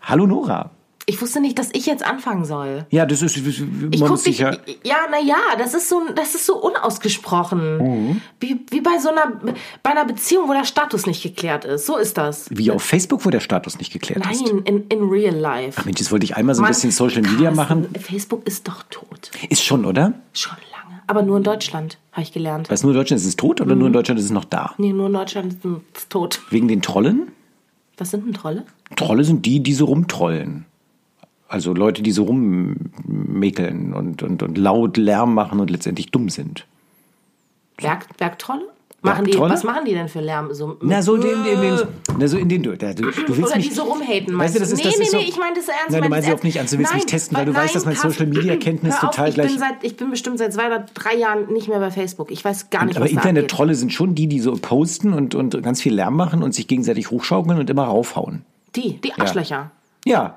Hallo Nora. Ich wusste nicht, dass ich jetzt anfangen soll. Ja, das ist, das- Ich man guck ist dich, sicher. ja, na ja, das ist so, das ist so unausgesprochen. Mhm. Wie, wie bei so einer, bei einer Beziehung, wo der Status nicht geklärt ist. So ist das. Wie auf Facebook, wo der Status nicht geklärt ist. Nein, in, in real life. Mensch, jetzt wollte ich einmal so ein Mann, bisschen Social Media Carsten, machen. Facebook ist doch tot. Ist schon, oder? Schon lange. Aber nur in Deutschland, habe ich gelernt. Weil es nur in Deutschland ist es tot Mhm. oder nur in Deutschland ist es noch da? Nee, nur in Deutschland ist es tot. Wegen den Trollen? Was sind denn Trolle? Trolle sind die, die so rumtrollen. Also Leute, die so rummäkeln und, und, und laut Lärm machen und letztendlich dumm sind. Berg, Bergtrolle? Machen die, Bergtrolle? was machen die denn für Lärm? So, Na, so in den. In den na, so in den du, da, du, du willst Oder mich, die so rumhaten, meinst Weißt du, das du? ist, Nee, das nee, ist nee, so, ich meine das ernst, ich Nein, du meine meinst das auch nicht ernst. ernst. Du willst mich Nein, testen, weil du nein, weißt, dass meine Carsten, Social Media Kenntnis hör auf, total ich gleich. Bin seit, ich bin bestimmt seit zwei oder drei Jahren nicht mehr bei Facebook. Ich weiß gar nicht, Aber was da abgeht. Internet-Trolle sind schon die, die so posten und, und ganz viel Lärm machen und sich gegenseitig hochschaukeln und immer raufhauen. Die, die Arschlöcher. Ja.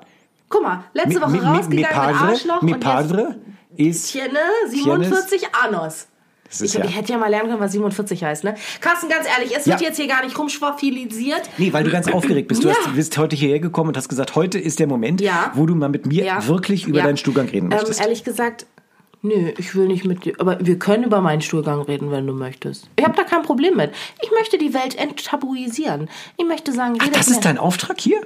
Guck mal, letzte Woche Mi- mi- mi- rausgegangen mit Arschloch mi und jetzt padre ist. Tienne, 47 Anos. Das Ich, ist ja- ich hätte ja mal lernen können, was 47 heißt, ne? Carsten, ganz ehrlich, es wird Ja. jetzt hier gar nicht rumschwafilisiert. Nee, weil du ganz aufgeregt bist. Du Ja. hast, bist heute hierher gekommen und hast gesagt, heute ist der Moment, Ja. wo du mal mit mir wirklich über ja. deinen Stuhlgang reden möchtest. Ähm, ehrlich gesagt, nö, ich will nicht mit dir. Aber wir können über meinen Stuhlgang reden, wenn du möchtest. Ich habe da kein Problem mit. Ich möchte die Welt enttabuisieren. Ich möchte sagen, jeder das ist dein Auftrag hier?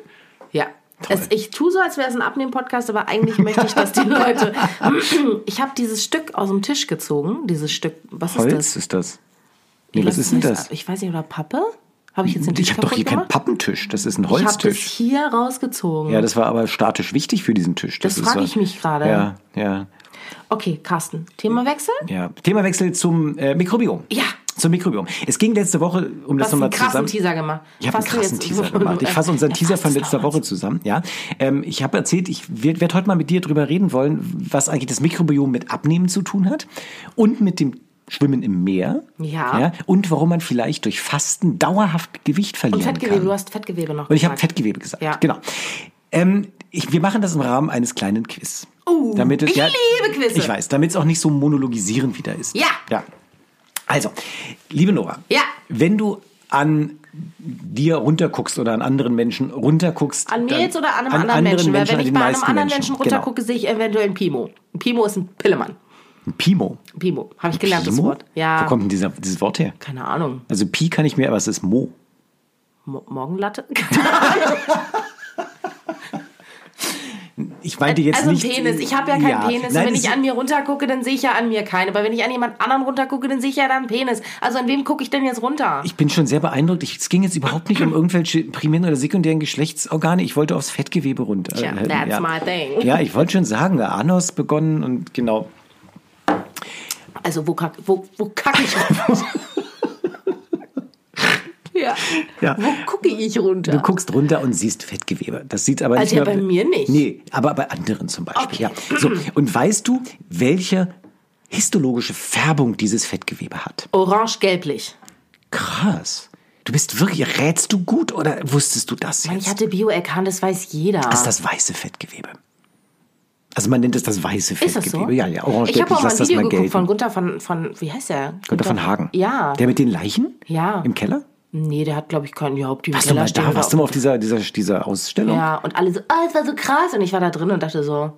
Ja. Es, ich tue so, als wäre es ein Abnehmen-Podcast, aber eigentlich möchte ich, dass die Leute. ich habe dieses Stück aus dem Tisch gezogen. Dieses Stück. Was Holz ist ist das. das? Nee, was Ich ist denn weiß- das? Ich weiß nicht, oder Pappe? Habe ich jetzt den Tisch Ich habe doch hier keinen kaputt gemacht? Pappentisch. Das ist ein Ich habe das Holztisch. hier rausgezogen. Ja, das war aber statisch wichtig für diesen Tisch. Das ist frage so- ich mich gerade. Ja, ja, Okay, Carsten, Themawechsel? ja. Themawechsel zum äh, Mikrobiom. Ja. Zum Mikrobiom. Es ging letzte Woche, um das Hast einen nochmal krassen zusammen... Teaser gemacht. Ich habe einen Fasst du krassen jetzt- Teaser gemacht. Ich fasse unseren Ja, Teaser fasst von es letzter noch Woche mal. zusammen. Ja, ähm, ich habe erzählt, ich werde heute mal mit dir drüber reden wollen, was eigentlich das Mikrobiom mit Abnehmen zu tun hat und mit dem Schwimmen im Meer. Ja. und warum man vielleicht durch Fasten dauerhaft Gewicht verlieren Und Fettgewebe, kann. du hast Fettgewebe noch Und ich habe gesagt. Fettgewebe gesagt. Ja. Genau. Ähm, ich, wir machen das im Rahmen eines kleinen Quiz. Oh, damit es, ich liebe Quizze. Ich weiß, damit es auch nicht so monologisierend wieder ist. Ja. ja. Also, liebe Nora. Ja. Wenn du an dir runterguckst oder an anderen Menschen runterguckst. An mir dann- jetzt oder an einem an anderen Menschen? Weil an wenn ich den bei einem meisten anderen Menschen genau. runtergucke, sehe ich eventuell einen Pimo. Ein Pimo ist ein Pillemann. Ein Pimo. Ein Pimo. Habe ich gelernt, das Pimo? Wort. Ja. Wo kommt denn dieser, dieses Wort her? Keine Ahnung. Also Pi kann ich mir, aber es ist Mo. Mo Morgenlatte? Ich meinte jetzt also ein nicht. Penis. Ich habe ja keinen Penis. Nein, und wenn es- ich an mir runtergucke, dann sehe ich ja an mir keinen. Aber wenn ich an jemand anderen runtergucke, dann sehe ich ja dann einen Penis. Also an wem gucke ich denn jetzt runter? Ich bin schon sehr beeindruckt. Ich, es ging jetzt überhaupt nicht um irgendwelche primären oder sekundären Geschlechtsorgane. Ich wollte aufs Fettgewebe runter. Tja, äh, that's ja. my thing. Ja, ich wollte schon sagen, der Anos begonnen und genau. Also wo kacke wo, wo kack ich runter? ja. Ja. Wo gucke ich runter? Du guckst runter und siehst Fettgewebe. Das sieht aber Also nicht ja, bei mir nicht. Nee, aber bei anderen zum Beispiel. Okay. Ja. So, und weißt du, welche histologische Färbung dieses Fettgewebe hat? Orange-gelblich. Krass. Du bist wirklich, rätst du gut oder wusstest du das Ich jetzt? hatte bio erkannt, das weiß jeder. Das ist das weiße Fettgewebe. Also man nennt es das weiße Ist Fettgewebe. das so? Ja, ja, orange ich habe auch mal lass ein das Video mal geguckt gelten. von Gunther von, von, wie heißt der? Gunther von Hagen. Ja. Der mit den Leichen? Ja. Im Keller? nee, der hat, glaube ich, keinen überhaupt die Warst du mal da? Warst du mal auf dieser, dieser, dieser Ausstellung? Ja, und alle so, oh, es war so krass. Und ich war da drin und dachte so,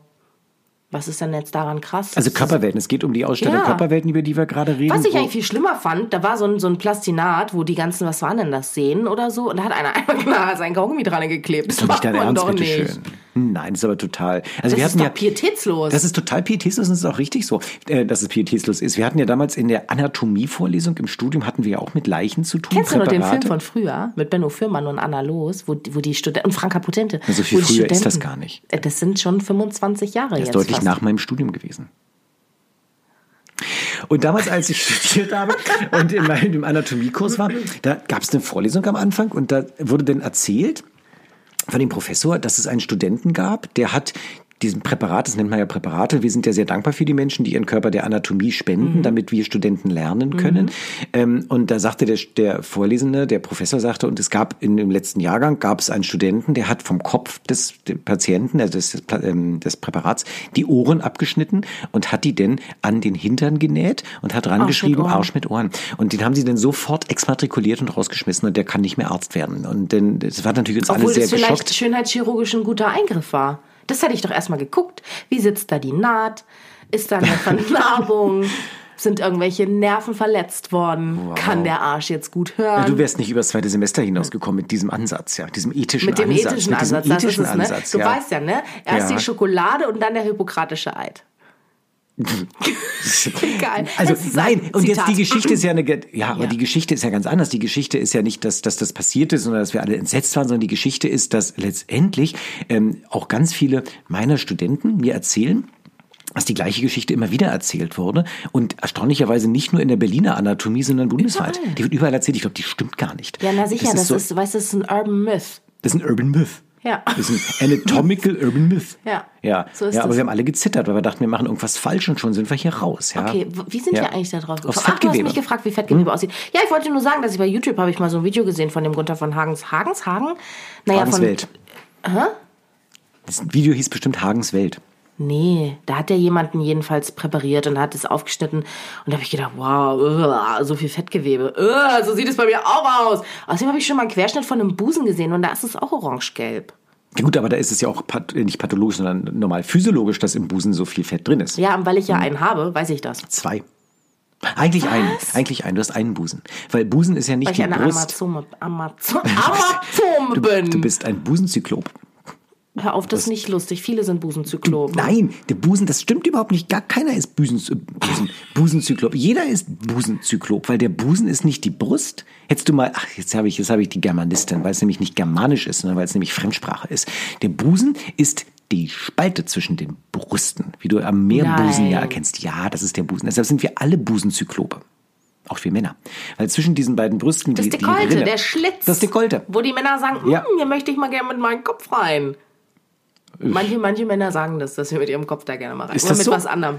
was ist denn jetzt daran krass? Also Das ist- Körperwelten. Es geht um die Ausstellung Ja. Körperwelten, über die wir gerade reden. Oh, Was ich wo- eigentlich viel schlimmer fand, da war so ein, so ein Plastinat, wo die ganzen, was waren denn das, Sehnen oder so? Und da hat einer einfach klar sein Kaugummi dran geklebt. Das Ist doch nicht dein macht man Ernst, doch bitte nicht. schön. Nein, ist aber total. Das Also wir ist hatten doch ja. pietätslos. Das ist total pietätslos und es ist auch richtig so, äh, dass es pietätslos ist. Wir hatten ja damals in der Anatomievorlesung im Studium hatten wir ja auch mit Leichen zu tun. Kennst du noch den Film Präparate. von früher mit Benno Fürmann und Anna Loos, wo, die- wo die Studenten und Franka Potente? So viel wo die früher ist Studenten- das gar nicht. Äh, Das sind schon 25 Jahre Das jetzt. ist deutlich fast. nach meinem Studium gewesen. Und damals, als ich studiert habe und in meinem Anatomiekurs war, da gab es eine Vorlesung am Anfang und da wurde dann erzählt, von dem Professor, dass es einen Studenten gab, der hat diesen Präparat, das nennt man ja Präparate, wir sind ja sehr dankbar für die Menschen, die ihren Körper der Anatomie spenden, damit wir Studenten lernen können. Ähm, und da sagte der, der Vorlesende, der Professor sagte, und es gab in dem letzten Jahrgang, gab es einen Studenten, der hat vom Kopf des des Patienten, also des, des, Pla- ähm, des Präparats, die Ohren abgeschnitten und hat die denn an den Hintern genäht und hat rangeschrieben, Ohren. Arsch mit Ohren. Und den haben sie dann sofort exmatrikuliert und rausgeschmissen und der kann nicht mehr Arzt werden. Und denn, das war natürlich uns Obwohl alle sehr das vielleicht geschockt. schönheitschirurgisch ein guter Eingriff war. Das hätte ich doch erstmal geguckt. Wie sitzt da die Naht? Ist da eine Vernarbung? Sind irgendwelche Nerven verletzt worden? Kann der Arsch jetzt gut hören? Ja, du wärst nicht über das zweite Semester hinausgekommen mit diesem Ansatz, ja, diesem ethischen mit dem Ansatz. ethischen mit diesem Ansatz, das ist ethischen es, ne? Ansatz, Du ja. weißt ja, ne? Erst Ja. die Schokolade und dann der hippokratische Eid. Egal. Also Es ist ein nein, und jetzt Zitat. die Geschichte ist ja eine, ge- ja, aber Ja. die Geschichte ist ja ganz anders. Die Geschichte ist ja nicht, dass, dass das passiert ist, sondern dass wir alle entsetzt waren, sondern die Geschichte ist, dass letztendlich ähm, auch ganz viele meiner Studenten mir erzählen, dass die gleiche Geschichte immer wieder erzählt wurde und erstaunlicherweise nicht nur in der Berliner Anatomie, sondern bundesweit. Überall. Die wird überall erzählt. Ich glaube, die stimmt gar nicht. Ja, na sicher, das, so- ist, weißt du, das ist ein Urban Myth. Das ist ein Urban Myth. Ja. Das ist ein Anatomical Urban Myth. Ja. Ja. So ist ja aber das. wir haben alle gezittert, weil wir dachten, wir machen irgendwas falsch und schon sind wir hier raus. Ja. Okay, w- wie sind Ja. wir eigentlich da drauf Aufs Ach, du hast Fettgewebe. Hm? mich gefragt, wie Fettgewebe aussieht. Ja, ich wollte nur sagen, dass ich bei YouTube habe ich mal so ein Video gesehen von dem Gunther von Hagens. Hagens? Hagen? Naja, Hagens von. Welt. Das Video hieß bestimmt Hagens Welt. Nee, da hat der jemanden jedenfalls präpariert und hat es aufgeschnitten. Und da habe ich gedacht, wow, uah, so viel Fettgewebe. Uah, so sieht es bei mir auch aus. Außerdem habe ich schon mal einen Querschnitt von einem Busen gesehen und da ist es auch orange-gelb. Ja gut, aber da ist es ja auch path nicht pathologisch, sondern normal physiologisch, dass im Busen so viel Fett drin ist. Ja, und weil Hm. ich ja einen habe, weiß ich das. Zwei. Eigentlich einen. Eigentlich einen. Du hast einen Busen. Weil Busen ist ja nicht Weil ich die eine Brust. Amazone, Amazone, Amazone bin. Du bist ein Busenzyklop. Hör auf, das ist nicht lustig. Viele sind Busenzyklopen. Nein, der Busen, das stimmt überhaupt nicht. Gar keiner ist Busen, äh, Busen, Busenzyklop. Jeder ist Busenzyklop, weil der Busen ist nicht die Brust. Hättest du mal, ach, jetzt habe ich, jetzt habe ich die Germanistin, weil es nämlich nicht germanisch ist, sondern weil es nämlich Fremdsprache ist. Der Busen ist die Spalte zwischen den Brüsten, wie du am Meerbusen ja Nein. erkennst. Ja, das ist der Busen. Deshalb sind wir alle Busenzyklope. Auch wir Männer. Weil zwischen diesen beiden Brüsten Das die, ist die die Kolte, Rinne- der Schlitz. Das ist die Kolte. Wo die Männer sagen, Ja. "Hm, hier möchte ich mal gerne mit meinem Kopf rein. Manche, manche Männer sagen das, dass sie mit ihrem Kopf da gerne mal rein. Ist Oder das mit so? was anderem.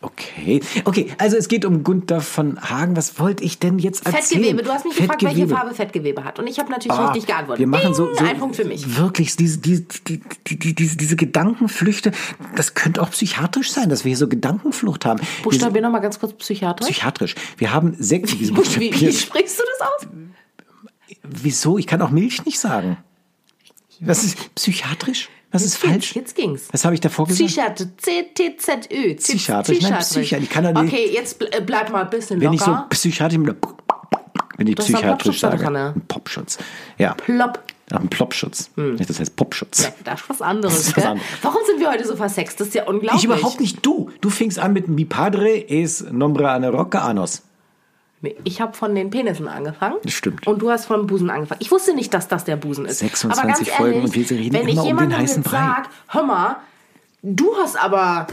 Okay, okay, also es geht um Gunther von Hagen. Was wollte ich denn jetzt erzählen? Fettgewebe, du hast mich gefragt, welche Fettgewebe. Farbe Fettgewebe hat. Und ich habe natürlich Ah, richtig geantwortet. Wir machen so, Ding, so ein Punkt für mich. Wirklich, diese, die, die, die, die, diese, diese Gedankenflüchte, das könnte auch psychiatrisch sein, dass wir hier so Gedankenflucht haben. Buchstabier nochmal ganz kurz psychiatrisch. Psychiatrisch. Wir haben sechs. Wieso, wie, wie sprichst du das aus? wieso? Ich kann auch Milch nicht sagen. Was ist psychiatrisch? Was ist ging's, falsch? jetzt ging's. Was habe ich davor gesagt? Psychiatrisch. C-T-Z-Ö. Psychiatrisch, nein, Psychiatrisch. Ich kann doch nicht- Okay, jetzt bl- äh, bleib mal ein bisschen Wenn ich so locker. psychiatrisch, wenn ich Du hast da einen psychiatrisch Popschutz da sage, dran, ne? ein Popschutz. Ja. Plopp. Ach, ein Plopschutz. Hm. Das heißt Popschutz. Das ist was anderes. Das ist was gell? anderes. Warum sind wir heute so versext? Das ist ja unglaublich. Ich überhaupt nicht du. Du fingst an mit Mi padre es nombre ana roca anos. Nee, Ich habe von den Penissen angefangen. Das stimmt. Und du hast vom Busen angefangen. Ich wusste nicht, dass das der Busen ist. 26 aber ganz Folgen ehrlich, und wir reden wenn immer um ich den jemandem heißen jetzt Brei. Sag, hör mal, du hast aber,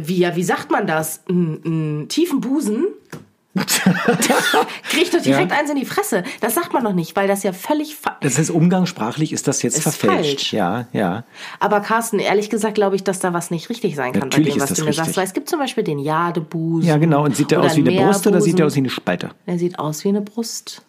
wie, ja, wie sagt man das, einen einen tiefen Busen, krieg ich doch direkt Ja. eins in die Fresse. Das sagt man noch nicht, weil das ja völlig... Fa Das heißt, umgangssprachlich ist das jetzt Ist verfälscht. falsch. Ja, ja. aber Carsten, ehrlich gesagt glaube ich, dass da was nicht richtig sein kann bei Natürlich dem, ist was das du mir richtig. sagst. Weil es gibt zum Beispiel den Jadebusen. Ja, genau. Und sieht der oder aus wie eine Brust oder sieht der Meerbusen. aus wie eine Spalte? Der sieht aus wie eine Brust.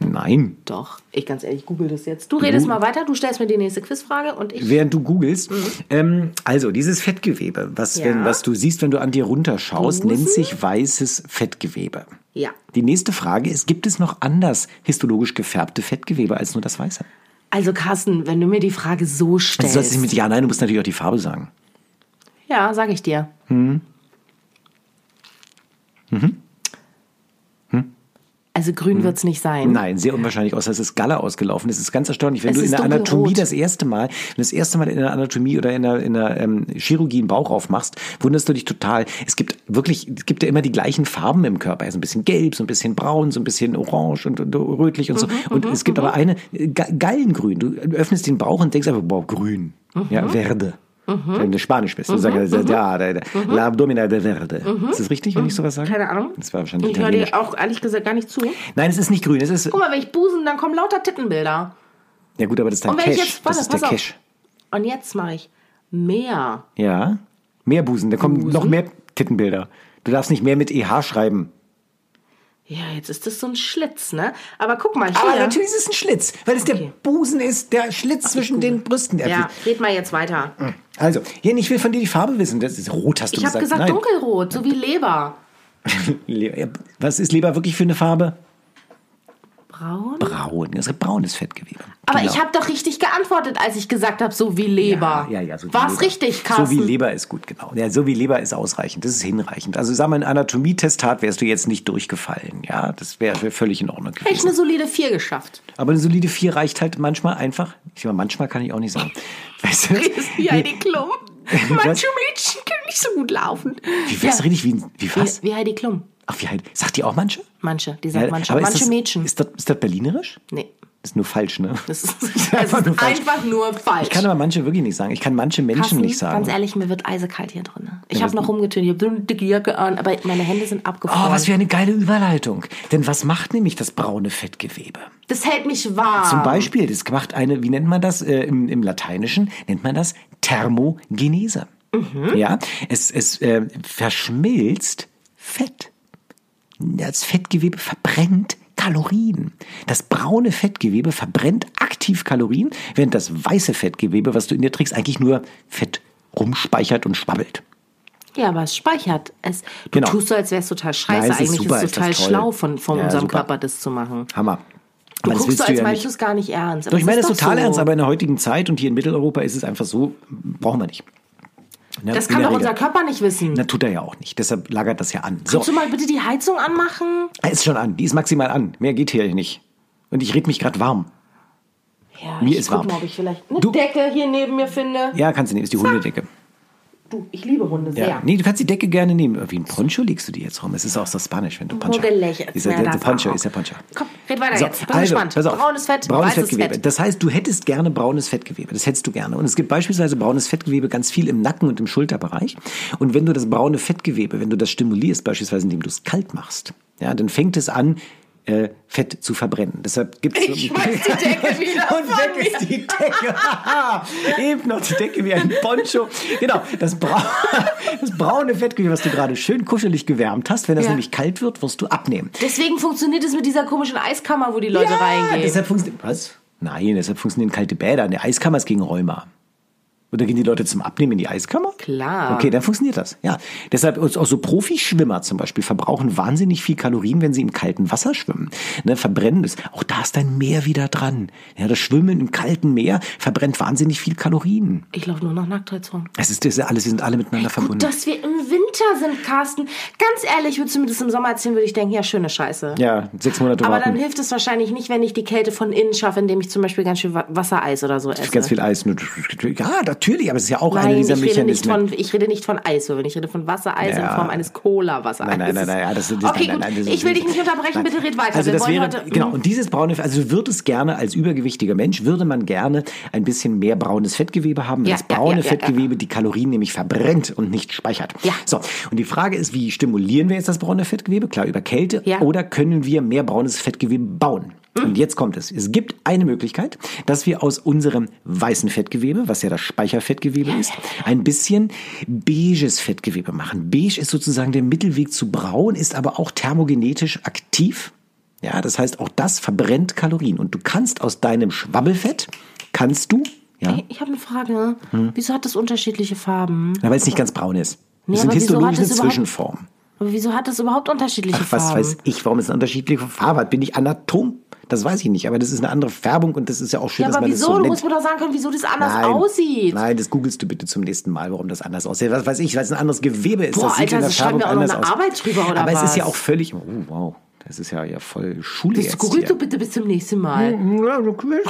Nein. Doch, ich ganz ehrlich, google das jetzt. Du redest mal weiter, du stellst mir die nächste Quizfrage und ich. Während du googelst, ähm, also dieses Fettgewebe, was, Mhm. Ja. wenn, was du siehst, wenn du an dir runterschaust, Busen? nennt sich weißes Fettgewebe. Ja. Die nächste Frage ist, gibt es noch anders histologisch gefärbte Fettgewebe als nur das weiße? Also, Carsten, wenn du mir die Frage so Du stellst. sollst nicht Also, mit Ja, Nein, du musst natürlich auch die Farbe sagen. ja, sag ich dir. Hm. Mhm. Also, grün wird's nicht sein. Hm. Nein, sehr unwahrscheinlich, außer es ist Galle ausgelaufen. Es ist ganz erstaunlich, wenn Es du in ist der Anatomie dunkelrot. das erste Mal, wenn du das erste Mal in der Anatomie oder in der, in der ähm, Chirurgie einen Bauch aufmachst, wunderst du dich total. Es gibt wirklich, es gibt ja immer die gleichen Farben im Körper. Also ein bisschen gelb, so ein bisschen braun, so ein bisschen orange und, und rötlich Mhm, und so. Und es gibt aber eine, äh, Ga- Gallengrün. Du öffnest den Bauch und denkst einfach, boah, grün. Mhm. Ja, verde. Wenn du Spanisch bist, du sagst, ja, da, da, da, la abdomina de verde. Ist das richtig, wenn ich sowas sage? Mhm. Keine Ahnung. Das war wahrscheinlich ich höre italienisch. dir auch ehrlich gesagt gar nicht zu. Guck Nein, es ist nicht grün, es ist mal, wenn ich busen, dann kommen lauter Tittenbilder. Ja gut, aber das ist dein Und wenn ich Cash. jetzt- Das warte, ist der pass auf. Cash. Und jetzt mache ich mehr. Ja. Mehr Busen. Da kommen noch mehr Tittenbilder. Du darfst nicht mehr mit EH schreiben. Ja, jetzt ist das so ein Schlitz, ne? Aber guck mal hier. Aber natürlich ist es ein Schlitz, weil es der Okay. Busen ist, der Schlitz zwischen den Brüsten. ja, red mal jetzt weiter. Also, Jen, ich will von dir die Farbe wissen. Das ist rot, hast du Ich habe gesagt gesagt. Nein. dunkelrot, so wie Leber. Le- ja, Was ist Leber wirklich für eine Farbe? Braun? Braun. Das ist braunes Fettgewebe. Aber Genau. ich habe doch richtig geantwortet, als ich gesagt habe, so wie Leber. Ja, ja, so wie War's Leber. richtig, Carsten? So wie Leber ist gut, genau. Ja, so wie Leber ist ausreichend. Das ist hinreichend. Also, sag mal, in Anatomietestat wärst du jetzt nicht durchgefallen. Ja, das wäre wär völlig in Ordnung Hätte ich gewesen. eine solide 4 geschafft. Aber eine solide 4 reicht halt manchmal einfach. Ich meine, manchmal kann ich auch nicht sagen. Weißt du? Redest wie eine Klum. Was? Manche Mädchen können nicht so gut laufen. Wie, was rede ich wie, ein- wie was? Wie, wie Heidi Klum. Ach, wie halt. Sagt die auch manche? Manche, die sagt Ja, manche. aber ist Manche das, Mädchen. Ist das, ist das berlinerisch? nee, Ist nur falsch, ne? das ist, das ist falsch. einfach nur falsch. Ich kann aber manche wirklich nicht sagen. Ich kann manche Menschen Carsten, nicht sagen. Ganz ehrlich, mir wird eisekalt hier drin. Ich das- habe noch rumgetönt, ich habe so eine dicke Jacke an, aber meine Hände sind abgefroren. Oh, was für eine geile Überleitung. Denn was macht nämlich das braune Fettgewebe? das hält mich warm. Zum Beispiel, das macht eine, wie nennt man das äh, im, im Lateinischen, nennt man das Thermogenese. Mhm. Ja, es, es äh, verschmilzt Fett. Das Fettgewebe verbrennt Kalorien. Das braune Fettgewebe verbrennt aktiv Kalorien, während das weiße Fettgewebe, was du in dir trägst, eigentlich nur Fett rumspeichert und schwabbelt. Ja, aber es speichert. Es, du Genau. tust so, als wär's total scheiße. Nein, es ist Eigentlich super, ist ist es total das toll. schlau von, von Ja, unserem super. Körper, das zu machen. Hammer. Du Aber guckst das so, willst als ja meinst nicht. du es gar nicht ernst. Aber Doch, ich es meine ist das doch total so. ernst, aber in der heutigen Zeit und hier in Mitteleuropa ist es einfach so, brauchen wir nicht. Ne, Das in kann der doch Regel. unser Körper nicht wissen. Na, tut er ja auch nicht. Deshalb lagert das ja an. So, Kannst du mal bitte die Heizung anmachen? er ist schon an. Die ist maximal an. Mehr geht hier nicht. Und ich rede mich gerade warm. Ja, Mir ich ist guck warm. mal, ob ich vielleicht eine Du- Decke hier neben mir finde. Ja, kannst du nehmen. Ist die Hundedecke. Du, ich liebe Hunde sehr. Nee, du kannst die Decke gerne nehmen. Wie ein Poncho legst du die jetzt rum. Es ist auch so Spanisch, wenn du Poncho. Vogellächeln. Ist ja, Ja, der, das der Poncho, auch. ist der Poncho. Komm, red weiter So, also, jetzt. Bin gespannt. pass auf. Braunes Fett, braunes weißes Fettgewebe. Fett. Das heißt, du hättest gerne braunes Fettgewebe. Das hättest du gerne. Und es gibt beispielsweise braunes Fettgewebe ganz viel im Nacken und im Schulterbereich. Und wenn du das braune Fettgewebe, wenn du das stimulierst, beispielsweise indem du es kalt machst, ja, dann fängt es an, äh, Fett zu verbrennen. Deshalb gibt es Ich schmeiß die Decke wieder und von weg ist die Decke. Haha. Eben noch die Decke wie ein Poncho. Genau, das, Bra das braune Fettgewebe, was du gerade schön kuschelig gewärmt hast, wenn das Ja. nämlich kalt wird, wirst du abnehmen. Deswegen funktioniert es mit dieser komischen Eiskammer, wo die Leute reingehen. Ah, deshalb funktioniert. Was? Nein, deshalb funktionieren kalte Bäder. In der Eiskammer ist gegen Rheuma. Oder gehen die Leute zum Abnehmen in die Eiskammer? Klar. Okay, dann funktioniert das. Ja. Deshalb ist auch so Profischwimmer zum Beispiel verbrauchen wahnsinnig viel Kalorien, wenn sie im kalten Wasser schwimmen. Ne, verbrennen das. Auch da ist dein Meer wieder dran. Ja, das Schwimmen im kalten Meer verbrennt wahnsinnig viel Kalorien. Ich laufe nur noch nackt jetzt rum. Es ist, das ist alles, wir sind alle miteinander verbunden. Dass wir im Winter sind, Carsten. Ganz ehrlich, würdest du mir das im Sommer erzählen, würde ich denken, ja, schöne Scheiße. ja, sechs Monate Aber dann warten. hilft es wahrscheinlich nicht, wenn ich die Kälte von innen schaffe, indem ich zum Beispiel ganz schön Wa- Wassereis oder so esse. Ganz viel Eis. Ja, natürlich, aber es ist ja auch einer Nein, ich dieser rede, nicht Mechanismen. von, ich rede nicht von Eiswürfeln, ich rede von Wassereis Ja. in Form eines Cola-Wassereises. Nein, nein, nein, nein, ja, das, das, okay, nein, nein, gut, das, ich will dich nicht unterbrechen, Nein. bitte red weiter. Also Wir das wollen wäre, heute, Hm? genau, und dieses braune, Fett- also du würdest gerne als übergewichtiger Mensch, würde man gerne ein bisschen mehr braunes Fettgewebe haben, weil Ja, das ja, ja, braune ja, Fettgewebe die Kalorien nämlich verbrennt und nicht speichert. Ja. So, und die Frage ist, wie stimulieren wir jetzt das braune Fettgewebe? Klar, über Kälte Ja. oder können wir mehr braunes Fettgewebe bauen? Mhm. Und jetzt kommt es. Es gibt eine Möglichkeit, dass wir aus unserem weißen Fettgewebe, was ja das Speicherfettgewebe ist, ein bisschen beiges Fettgewebe machen. Beige ist sozusagen der Mittelweg zu braun, ist aber auch thermogenetisch aktiv. Ja, das heißt, auch das verbrennt Kalorien. Und du kannst aus deinem Schwabbelfett, kannst du, ja, Hm? Hey, ich habe eine Frage. Wieso hat das unterschiedliche Farben? weil es nicht ganz braun ist. Nee, Das sind aber wieso hat histologisch eine es überhaupt- Zwischenform. Aber wieso hat das überhaupt unterschiedliche Ach, Farben? was weiß ich, warum es eine unterschiedliche Farbe hat? Bin ich Anatom? Das weiß ich nicht, aber das ist eine andere Färbung und das ist ja auch schön, Ja, dass aber man wieso? das so du nennt. musst mir doch sagen können, wieso das anders Nein. aussieht. Nein, das googelst du bitte zum nächsten Mal, warum das anders aussieht. Was weiß ich, weil es ein anderes Gewebe ist. Boah, das sieht Alter, in der Sie schreiben Färbung ja auch noch anders eine aus. Arbeit drüber, oder Aber es ist ja was? auch völlig. Oh, wow. Das ist ja, ja voll Schule Das jetzt. googelst du hier. bitte bis zum nächsten Mal. Ja, so ein Quiz.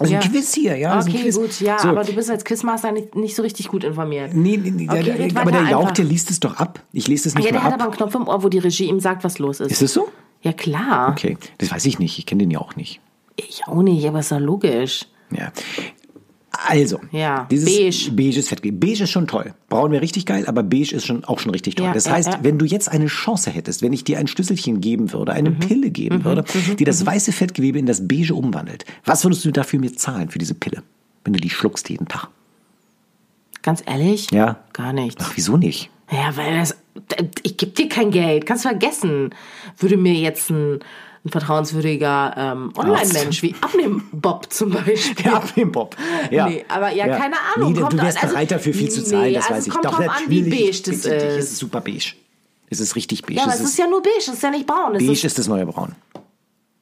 Also Ja. ein Quiz hier, ja. so ein okay, Quiz. gut, ja, so. aber du bist als Quizmaster nicht, nicht so richtig gut informiert. Nee, nee, nee, Okay, der, red aber der weiter Jauch, einfach. Ah, der liest es doch ab. Ich lese es nicht ja, der mehr hat ab. aber einen Knopf im Ohr, wo die Regie ihm sagt, was los ist. Ist es so? Ja, klar. Okay, das weiß ich nicht. Ich kenne den ja auch nicht. Ich auch nicht, aber ist doch logisch. Ja. Also, Ja, dieses beige. beige. beiges Fettgel. Beige ist schon toll. Braun wäre richtig geil, aber beige ist schon, auch schon richtig toll. Ja, das ja, heißt, ja. wenn du jetzt eine Chance hättest, wenn ich dir ein Schlüsselchen geben würde, eine Mhm. Pille geben würde, die das weiße Fettgewebe in das beige umwandelt, was würdest du dafür mir zahlen, für diese Pille, wenn du die schluckst jeden Tag? Ganz ehrlich? Ja. Gar nichts. Ach, wieso nicht? Ja, weil das. Ich gebe dir kein Geld. Kannst vergessen. Würde mir jetzt ein, ein vertrauenswürdiger ähm, Online-Mensch wie Abnehmen-Bob zum Beispiel. Ja, dem Bob. Ja. Nee, aber ja, keine Ahnung. Nee, Kommt du wärst an- also- bereit dafür viel zu zahlen, Nee, das also weiß ich. kommt Doch, drauf an, wie natürlich. beige das bitte dich, ist. Es ist super beige. Es ist richtig beige. Ja, aber es ist ja nur beige, es ist ja nicht braun. Es Beige ist, ist das neue Braun.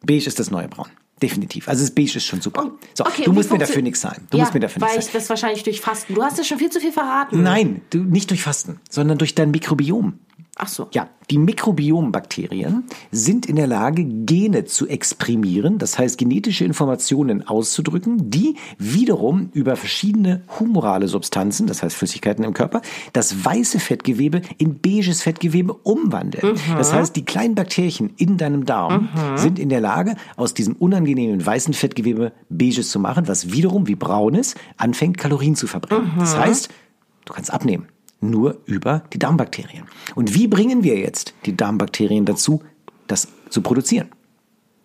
Beige ist das neue Braun. Definitiv. Also das Beige ist schon super. So, Oh, Okay, du und wie musst mir funktio- dafür nichts zahlen. Du ja, musst mir dafür weil nichts ich zahlen. das wahrscheinlich durch Fasten. Du hast ja schon viel zu viel verraten. Nein, du, nicht durch Fasten, sondern durch dein Mikrobiom. Ach so. Ja, die Mikrobiombakterien sind in der Lage, Gene zu exprimieren, das heißt genetische Informationen auszudrücken, die wiederum über verschiedene humorale Substanzen, das heißt Flüssigkeiten im Körper, das weiße Fettgewebe in beiges Fettgewebe umwandeln. Das heißt, die kleinen Bakterien in deinem Darm sind in der Lage, aus diesem unangenehmen weißen Fettgewebe beiges zu machen, was wiederum wie braunes anfängt, Kalorien zu verbrennen. Das heißt, Du kannst abnehmen. Nur über die Darmbakterien. Und wie bringen wir jetzt die Darmbakterien dazu, das zu produzieren?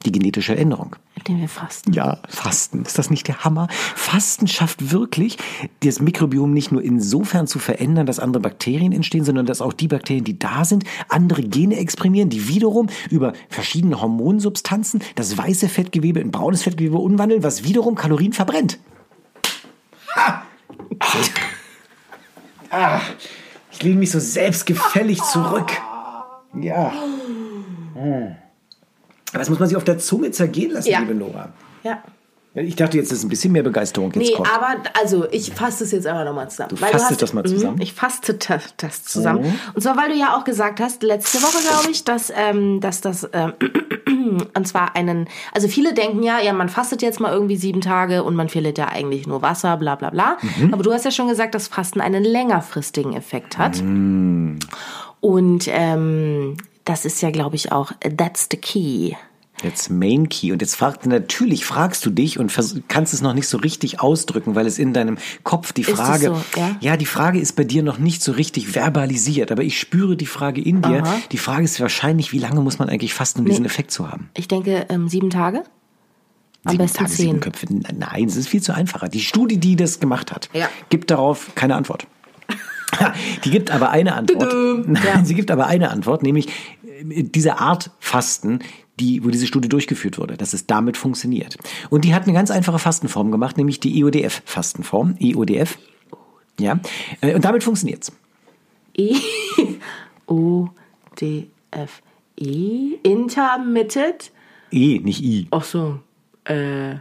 Die genetische Änderung. Indem wir fasten. Ja, Fasten. Ist das nicht der Hammer? Fasten schafft wirklich, das Mikrobiom nicht nur insofern zu verändern, dass andere Bakterien entstehen, sondern dass auch die Bakterien, die da sind, andere Gene exprimieren, die wiederum über verschiedene Hormonsubstanzen das weiße Fettgewebe in braunes Fettgewebe umwandeln, was wiederum Kalorien verbrennt. Ah. Ich lehne mich so selbstgefällig zurück. Ja. Hm. Das muss man sich auf der Zunge zergehen lassen, Ja. liebe Nora. Ja. Ich dachte jetzt, ist ein bisschen mehr Begeisterung jetzt Nee, kommt. aber also ich fasse es jetzt einfach nochmal zusammen. Du Mhm, fastest das mal zusammen? Mhm. Ich faste ta- das zusammen. Und zwar, weil du ja auch gesagt hast, letzte Woche glaube ich, dass, ähm, dass das, ähm, und zwar einen, also viele denken ja, ja, man fastet jetzt mal irgendwie sieben Tage und man verliert ja eigentlich nur Wasser, bla bla bla. Mhm. Aber du hast ja schon gesagt, dass Fasten einen längerfristigen Effekt hat. Mhm. Und ähm, das ist ja, glaube ich, auch, äh, that's the key. Jetzt Main Key. Und jetzt fragt natürlich, fragst du dich und vers- kannst es noch nicht so richtig ausdrücken, weil es in deinem Kopf die das Frage, so? Ja. die Frage ist bei dir noch nicht so richtig verbalisiert, aber ich spüre die Frage in dir. Die Frage ist wahrscheinlich, wie lange muss man eigentlich fasten, um diesen Effekt zu haben? Ich denke, ähm, sieben Tage? Am besten Tage, zehn. sieben Köpfe. Nein, es ist viel zu einfacher. Die Studie, die das gemacht hat, Ja. gibt darauf keine Antwort. die gibt aber eine Antwort. Nein, sie gibt aber eine Antwort, nämlich äh, diese Art Fasten, die, wo diese Studie durchgeführt wurde, dass es damit funktioniert. Und die hat eine ganz einfache Fastenform gemacht, nämlich die E EODF-Fastenform. EODF. Ja. Äh, Und damit funktioniert's. E O D F E Intermittent. E, nicht I. Ach so. Äh,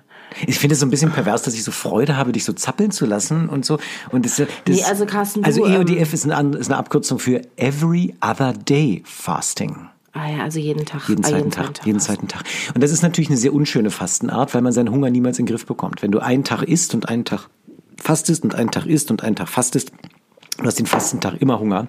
Ich finde es so ein bisschen pervers, dass ich so Freude habe, dich so zappeln zu lassen und so. Und das, das, Nee, also Carsten, du, also ähm, EODF ist, eine, An- ist eine Abkürzung für Every Other Day Fasting. ah ja, also jeden Tag. Jeden ah, zweiten Tag, jeden zweiten Tag. Und das ist natürlich eine sehr unschöne Fastenart, weil man seinen Hunger niemals in den Griff bekommt. Wenn du einen Tag isst und einen Tag fastest und einen Tag isst und einen Tag fastest, du hast den Fastentag immer Hunger,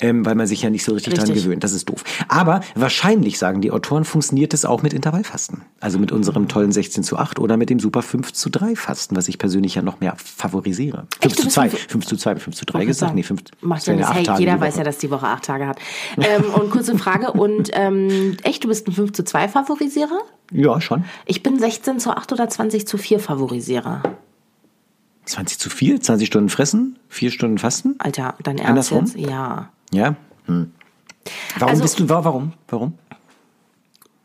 ähm, weil man sich ja nicht so richtig, daran Richtig. gewöhnt. Das ist doof. Aber wahrscheinlich, sagen die Autoren, funktioniert es auch mit Intervallfasten. Also mit unserem tollen 16 zu 8 oder mit dem super 5 zu 3 Fasten, was ich persönlich ja noch mehr favorisiere. Echt, 5 du zu bist 2, ein- 5 zu 2, 5 zu 3 Wollte ich gesagt. sagen. Nee, 5, Macht ja nichts. Hey, jeder weiß ja, dass die Woche acht Tage hat. Ähm, und kurze Frage. Und ähm, echt, du bist ein 5 zu 2 Favorisierer? Ja, schon. Ich bin 16 zu 8 oder 20 zu 4 Favorisierer. 20 zu 4, 20 Stunden fressen, 4 Stunden fasten. Alter, dein Ernst Andersrum? jetzt? Ja. Ja. Hm. Warum Also- bist du, wa- warum? Warum?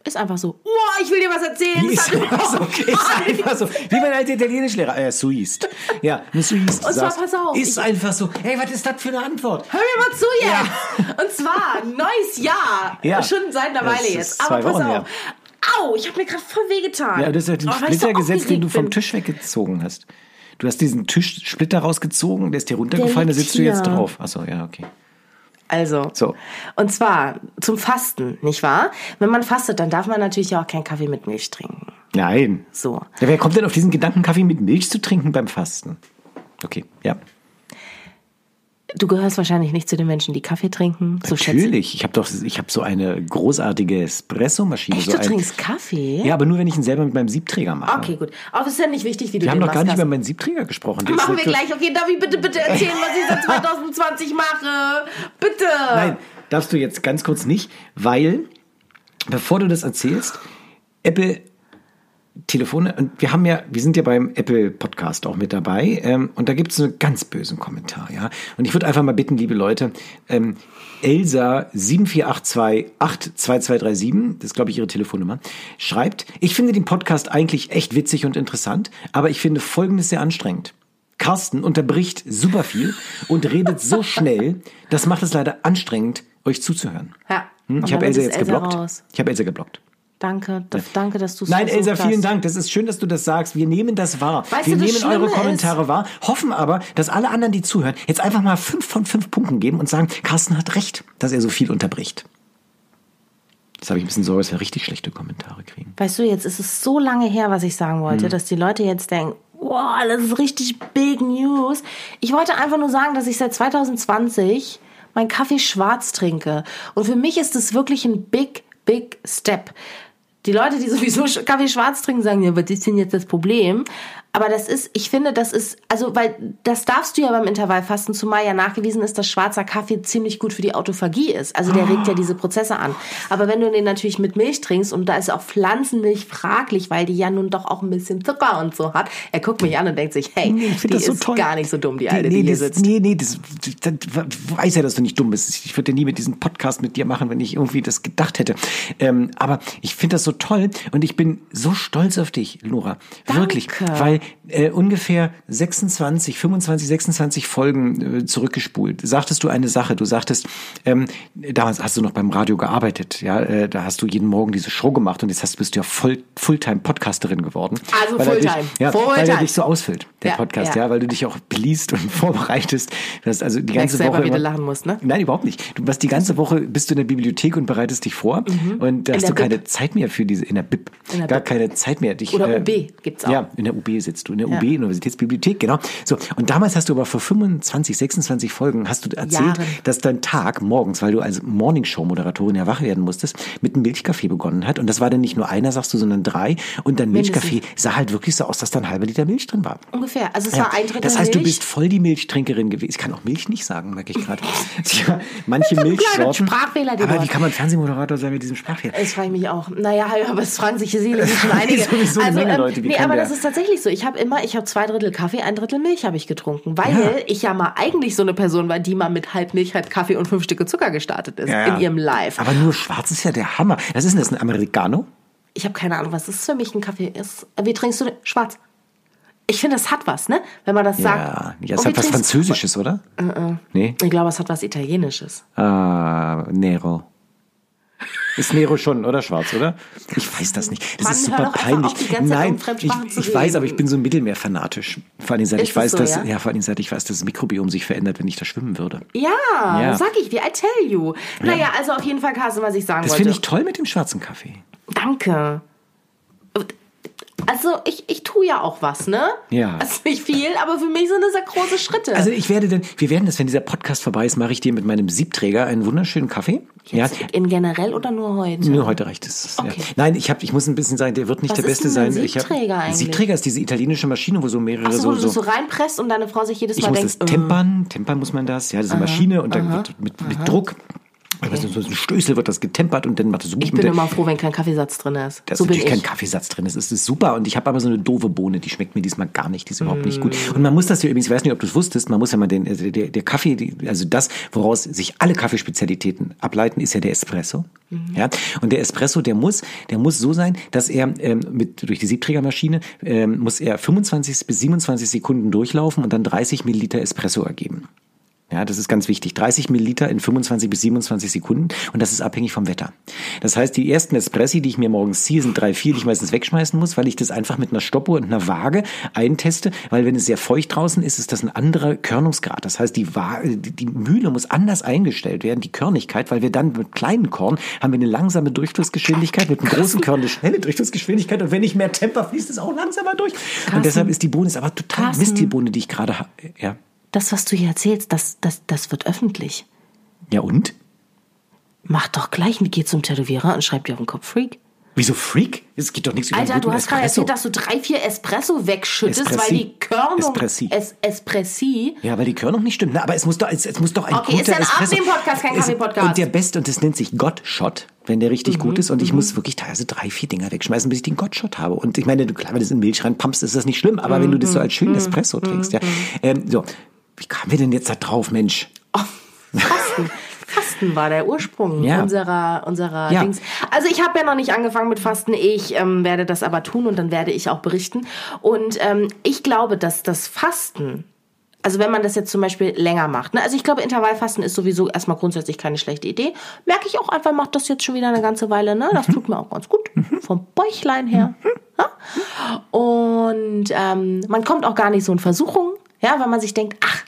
Ist einfach so. Oh, ich will dir was erzählen. Das hat- so, ist einfach so. Wie mein alter Italienischlehrer. Äh, Suist. Ja, eine Suist. Und zwar, pass auf, Ist ich- einfach so. Ey, was ist das für eine Antwort? Hör mir mal zu jetzt! Und zwar, neues Jahr! Ja. Schon seit einer Das Weile ist jetzt. zwei Aber pass Wochen her. auf! Au, ich habe mir gerade voll wehgetan. Ja, das ist ja den Oh, weil ich so Splitter gesetzt, den du aufgeregt vom bin. Tisch weggezogen hast. Du hast diesen Tischsplitter rausgezogen, der ist dir runtergefallen, da liegt sitzt du jetzt hier. drauf. Achso, ja, okay. Also. So. Und zwar zum Fasten, nicht wahr? Wenn man fastet, dann darf man natürlich auch keinen Kaffee mit Milch trinken. Nein. So. Ja, wer kommt denn auf diesen Gedanken, Kaffee mit Milch zu trinken beim Fasten? Okay, ja. Du gehörst wahrscheinlich nicht zu den Menschen, die Kaffee trinken. So schätze ich. Natürlich, ich habe doch, ich habe so eine großartige Espressomaschine. Echt, so du ein, trinkst Kaffee? Ja, aber nur wenn ich ihn selber mit meinem Siebträger mache. Okay, gut. Aber es ist ja nicht wichtig, wie du Wir haben den noch gar machst, nicht über Carsten. meinen Siebträger gesprochen. Der ist Machen wir wirklich- gleich. Okay, Davi, bitte, bitte erzählen, was ich seit 2020 mache. Bitte. Nein, darfst du jetzt ganz kurz nicht, weil bevor du das erzählst, Apple Telefone und wir haben ja, wir sind ja beim Apple Podcast auch mit dabei ähm, und da gibt es einen ganz bösen Kommentar, ja. Und ich würde einfach mal bitten, liebe Leute, ähm, Elsa 74828237, das ist glaube ich ihre Telefonnummer, schreibt: Ich finde den Podcast eigentlich echt witzig und interessant, aber ich finde Folgendes sehr anstrengend. Carsten unterbricht super viel und redet so schnell, das macht es leider anstrengend, euch zuzuhören. Ja. Hm, Und Ich habe damit Elsa ist jetzt geblockt. raus. Ich habe Elsa geblockt. Danke, da- danke, dass du es Nein, versucht Elsa, vielen hast. Dank. Das ist schön, dass du das sagst. Wir nehmen das wahr. Weißt Wir du, das nehmen eure Schlimme Kommentare wahr, hoffen aber, dass alle anderen, die zuhören, jetzt einfach mal fünf von fünf Punkten geben und sagen, Carsten hat recht, dass er so viel unterbricht. Jetzt habe ich ein bisschen Sorge, dass wir richtig schlechte Kommentare kriegen. Weißt du, jetzt ist es so lange her, was ich sagen wollte, Hm. dass die Leute jetzt denken, wow, das ist richtig big news. Ich wollte einfach nur sagen, dass ich seit 2020 meinen Kaffee schwarz trinke. Und für mich ist es wirklich ein big, big step. Die Leute, die sowieso Sch- Kaffee schwarz trinken, sagen, ja, was ist denn jetzt das Problem? Aber das ist, ich finde, das ist, also, weil das darfst du ja beim Intervallfasten, zumal ja nachgewiesen ist, dass schwarzer Kaffee ziemlich gut für die Autophagie ist. Also der regt ja diese Prozesse an. Aber wenn du den natürlich mit Milch trinkst und da ist auch Pflanzenmilch fraglich, weil die ja nun doch auch ein bisschen Zucker und so hat, er guckt mich an und denkt sich, hey, Ich die finde das so ist toll. gar nicht so dumm, die Alte, die nee, hier das, sitzt. Nee, nee, das, das, weiß ja, dass du nicht dumm bist. Ich würde nie mit diesem Podcast mit dir machen, wenn ich irgendwie das gedacht hätte. Ähm, aber ich finde das so toll und ich bin so stolz auf dich, Laura. Danke. Wirklich. Weil äh, ungefähr 26, 25, 26 Folgen äh, zurückgespult, sagtest du eine Sache. Du sagtest, ähm, damals hast du noch beim Radio gearbeitet. ja, äh, Da hast du jeden Morgen diese Show gemacht und jetzt hast, bist du ja voll, Fulltime-Podcasterin geworden. Also Weil er dich- Fulltime. Ja, weil er Fulltime. dich so ausfüllt, der Ja, Podcast, ja. ja, weil du dich auch beliest und vorbereitest. Du hast also die Merkst ganze selber, Woche wie du immer- lachen musst, ne? Nein, überhaupt nicht. Du warst die ganze Woche bist du in der Bibliothek und bereitest dich vor und da hast Mhm. der du keine Bib. Zeit mehr für diese in der Bib. In der Gar Bib. keine Zeit mehr dich äh, Oder UB gibt's auch. Ja, in der UB sitzt du in der Ja. UB Universitätsbibliothek, genau. So, und damals hast du aber vor 25, 26 Folgen hast du erzählt, Jahren. dass dein Tag morgens, weil du als Morningshow-Moderatorin ja wach werden musstest, mit einem Milchkaffee begonnen hat. Und das war dann nicht nur einer, sagst du, sondern drei. Und dein Mindestens. Milchkaffee sah halt wirklich so aus, dass da ein halber Liter Milch drin war. Ungefähr. Also es Ja, war ein Drittel das heißt, du Milch. bist voll die Milchtrinkerin gewesen. Ich kann auch Milch nicht sagen, merke ich gerade. Tja, manche Das ist ein Milchsorten. kleiner Sprachfehler, den du aber wie hast. kann man Fernsehmoderator sein mit diesem Sprachfehler? Das frage ich mich auch. Naja, aber es fragen sich hier sicherlich schon einige. Also, ähm, Sowieso eine Menge Leute, wie nee, kann aber der? das ist tatsächlich so. Ich habe immer, ich habe zwei Drittel Kaffee, ein Drittel Milch habe ich getrunken, weil Ja. ich ja mal eigentlich so eine Person war, die mal mit halb Milch, halb Kaffee und fünf Stücke Zucker gestartet ist Ja, ja. in ihrem Live. Aber nur schwarz ist ja der Hammer. Was ist denn das, ein Americano? Ich habe keine Ahnung, was das für mich ein Kaffee ist. Wie trinkst du den? Schwarz. Ich finde, das hat was, ne? Wenn man das Ja, sagt. ja Und es wie hat was trinkst- Französisches, oder? Äh, Nee? Ich glaube, es hat was Italienisches. Ah, Nero. Ist Nero schon, oder schwarz, oder? Ich weiß das nicht. Das Mann, ist hör super doch einfach peinlich. auf, die ganze Zeit Nein, um Fremdsprachen ich, zu ich weiß, reden. aber ich bin so mittelmeerfanatisch. Vor allem seit Ist ich es weiß, so, dass, ja? Oh, ja, vor allem seit ich weiß, dass das Mikrobiom sich verändert, wenn ich da schwimmen würde. Ja, Ja. sag ich dir, I tell you. Naja, also auf jeden Fall, Carsten, was ich sagen Das wollte. finde ich toll mit dem schwarzen Kaffee. Danke. Also ich, ich tue ja auch was, ne? Ja. Also nicht viel, aber für mich sind das ja große Schritte. Also ich werde denn, wir werden das, wenn dieser Podcast vorbei ist, mache ich dir mit meinem Siebträger einen wunderschönen Kaffee. Ja, in generell oder nur heute? nur heute reicht es. Okay. Ja. Nein, ich habe, ich muss ein bisschen sagen, der wird nicht Was der ist Beste denn ein sein. Ich hab- Siebträger eigentlich? Siebträger ist diese italienische Maschine, wo so mehrere Achso, wo so, du das so reinpresst und deine Frau sich jedes ich Mal ähm, muss denkt, "Äh, das tempern, tempern muss man das. Ja, das ist eine Maschine und dann wird mit, mit Druck, also so ein Stößel wird das getempert und dann macht es so ich bin immer froh, wenn kein Kaffeesatz drin ist. da ist so bin natürlich ich. kein Kaffeesatz drin. Es ist, ist super. Und ich habe aber so eine doofe Bohne, die schmeckt mir diesmal gar nicht. Die ist überhaupt nicht gut. Und man muss das ja übrigens, ich weiß nicht, ob du es wusstest, man muss ja mal den, also der, der Kaffee, die, also das, woraus sich alle Kaffeespezialitäten ableiten, ist ja der Espresso. Mhm. Ja? Und der Espresso, der muss, der muss so sein, dass er ähm, mit, durch die Siebträgermaschine ähm, muss er 25 bis 27 Sekunden durchlaufen und dann 30 Milliliter Espresso ergeben. Ja, das ist ganz wichtig. 30 Milliliter in 25 bis 27 Sekunden und das ist abhängig vom Wetter. Das heißt, die ersten Espressi, die ich mir morgens ziehe, sind drei, vier, die ich meistens wegschmeißen muss, weil ich das einfach mit einer Stoppuhr und einer Waage einteste, weil wenn es sehr feucht draußen ist, ist das ein anderer Körnungsgrad. Das heißt, die, Wa die die Mühle muss anders eingestellt werden, die Körnigkeit, weil wir dann mit kleinen Korn haben wir eine langsame Durchflussgeschwindigkeit, mit einem großen Körn eine schnelle Durchflussgeschwindigkeit und wenn ich mehr Temper fließt, ist es auch langsamer durch. Und deshalb ist die Bohne ist aber total Carsten. Mist, die Bohne, die ich gerade habe. Ja. das, was du hier erzählst, das, das, das wird öffentlich. Ja und? Mach doch gleich mit, geh zum Tätowierer und schreib dir auf den Kopf Freak. Wieso Freak? Es geht doch nichts über Alter, einen du guten hast gerade Espresso. erzählt, dass du drei, vier Espresso wegschüttest, Espressi. weil die Körnung Espressi. Es, Espressi Ja, weil die Körnung nicht stimmt. Na, aber es muss doch, es, es muss doch ein Okay, guter ist dann ab Espresso. dem Podcast kein Es- Kaffee-Podcast. Mhm, Und der beste, und das nennt sich Gottshot, wenn der richtig gut ist. Und ich muss wirklich teilweise drei, vier Dinger wegschmeißen, bis ich den Gottshot habe. Und ich meine, du- klar, wenn du das in Milch reinpumpst, ist das nicht schlimm. Aber wenn du Mhm, das so als schönen Espresso trinkst, ja. Ähm, so, wie kamen wir denn jetzt da drauf, Mensch? Fasten. Fasten war der Ursprung Ja. unserer, unserer Ja. Dings. Also ich habe ja noch nicht angefangen mit Fasten. Ich ähm, werde das aber tun und dann werde ich auch berichten. Und ähm, ich glaube, dass das Fasten, also wenn man das jetzt zum Beispiel länger macht, ne? also ich glaube, Intervallfasten ist sowieso erstmal grundsätzlich keine schlechte Idee. Merke ich auch einfach, macht das jetzt schon wieder eine ganze Weile. Ne? Das tut mir auch ganz gut. Vom Bäuchlein her. Ja? Und ähm, man kommt auch gar nicht so in Versuchung, ja, weil man sich denkt, ach,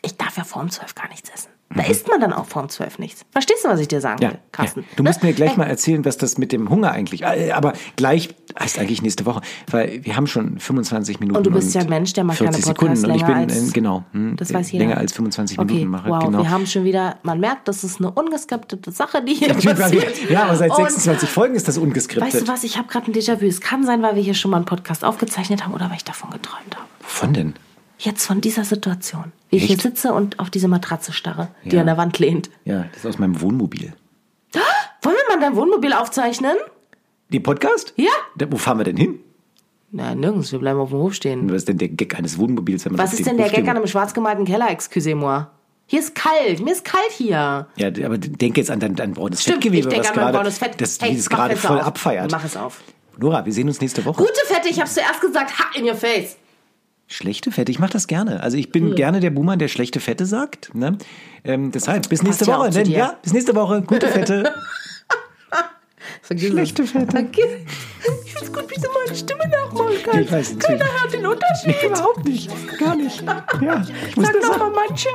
ich darf ja vor um zwölf gar nichts essen. Da isst man dann auch vor um zwölf nichts. Verstehst du, was ich dir sagen Ja, will, Carsten? ja. Du musst Ne? mir gleich mal erzählen, was das mit dem Hunger eigentlich, äh, aber gleich heißt eigentlich nächste Woche, weil wir haben schon 25 Minuten. Und du bist ja ein Mensch, der macht keine 40 Podcasts Sekunden. Und ich bin, länger als- äh, genau, hm, Das äh, weiß jeder. länger als 25 okay, Minuten mache. Wow, genau. wir haben schon wieder, man merkt, das ist eine ungeskriptete Sache, die hier Typ war passiert. wieder- Ja, aber seit Und 26 Folgen ist das ungeskriptet. Weißt du was, ich habe gerade ein Déjà-vu. Es kann sein, weil wir hier schon mal einen Podcast aufgezeichnet haben oder weil ich davon geträumt habe. Wovon denn? Jetzt von dieser Situation, wie ich Echt? hier sitze und auf diese Matratze starre, die Ja. an der Wand lehnt. Ja, das ist aus meinem Wohnmobil. Wollen wir mal dein Wohnmobil aufzeichnen? Die Podcast? Ja. Da, wo fahren wir denn hin? Na, nirgends, wir bleiben auf dem Hof stehen. Was ist denn der Gag eines Wohnmobils? Wenn man Was auf ist denn den der Hof Gag steht? an einem schwarz gemalten Keller, excusez-moi? Hier ist kalt, mir ist kalt hier. Ja, d- aber denk jetzt an dein, dein braunes Stimmt, ich Fettgewebe, denke was an mein gerade, braunes Fett. das, Hey, dieses mach gerade Fenster voll auf. abfeiert. Mach es auf. Nora, wir sehen uns nächste Woche. Gute Fette, ich hab's zuerst gesagt, ha, in your face. Schlechte Fette, ich mache das gerne. Also ich Hm. bin gerne der Boomer, der schlechte Fette sagt. Ne? Ähm, deshalb, bis nächste ja auch Woche. zu ne? dir. ja, bis nächste Woche. Gute Fette. Vergiss Schlechte es. Fette. Vergiss es. Ich weiß gut, wie du meine Stimme nachmachen kannst. Ich weiß es Keiner nicht. hört den Unterschied. Überhaupt nicht. Gar nicht. Ja, ich muss Sag das doch mal sagen. manche.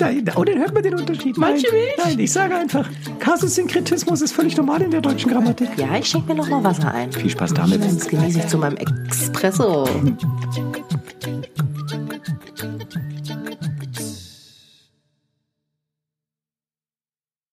Nein, oh, dann hört man den Unterschied. Manche nein, nicht. nein, ich sage einfach, Kasus-Synkretismus ist völlig normal in der deutschen Grammatik. Ja, ich schenke mir noch mal Wasser ein. Viel Spaß damit. Das genieße ich zu meinem Espresso.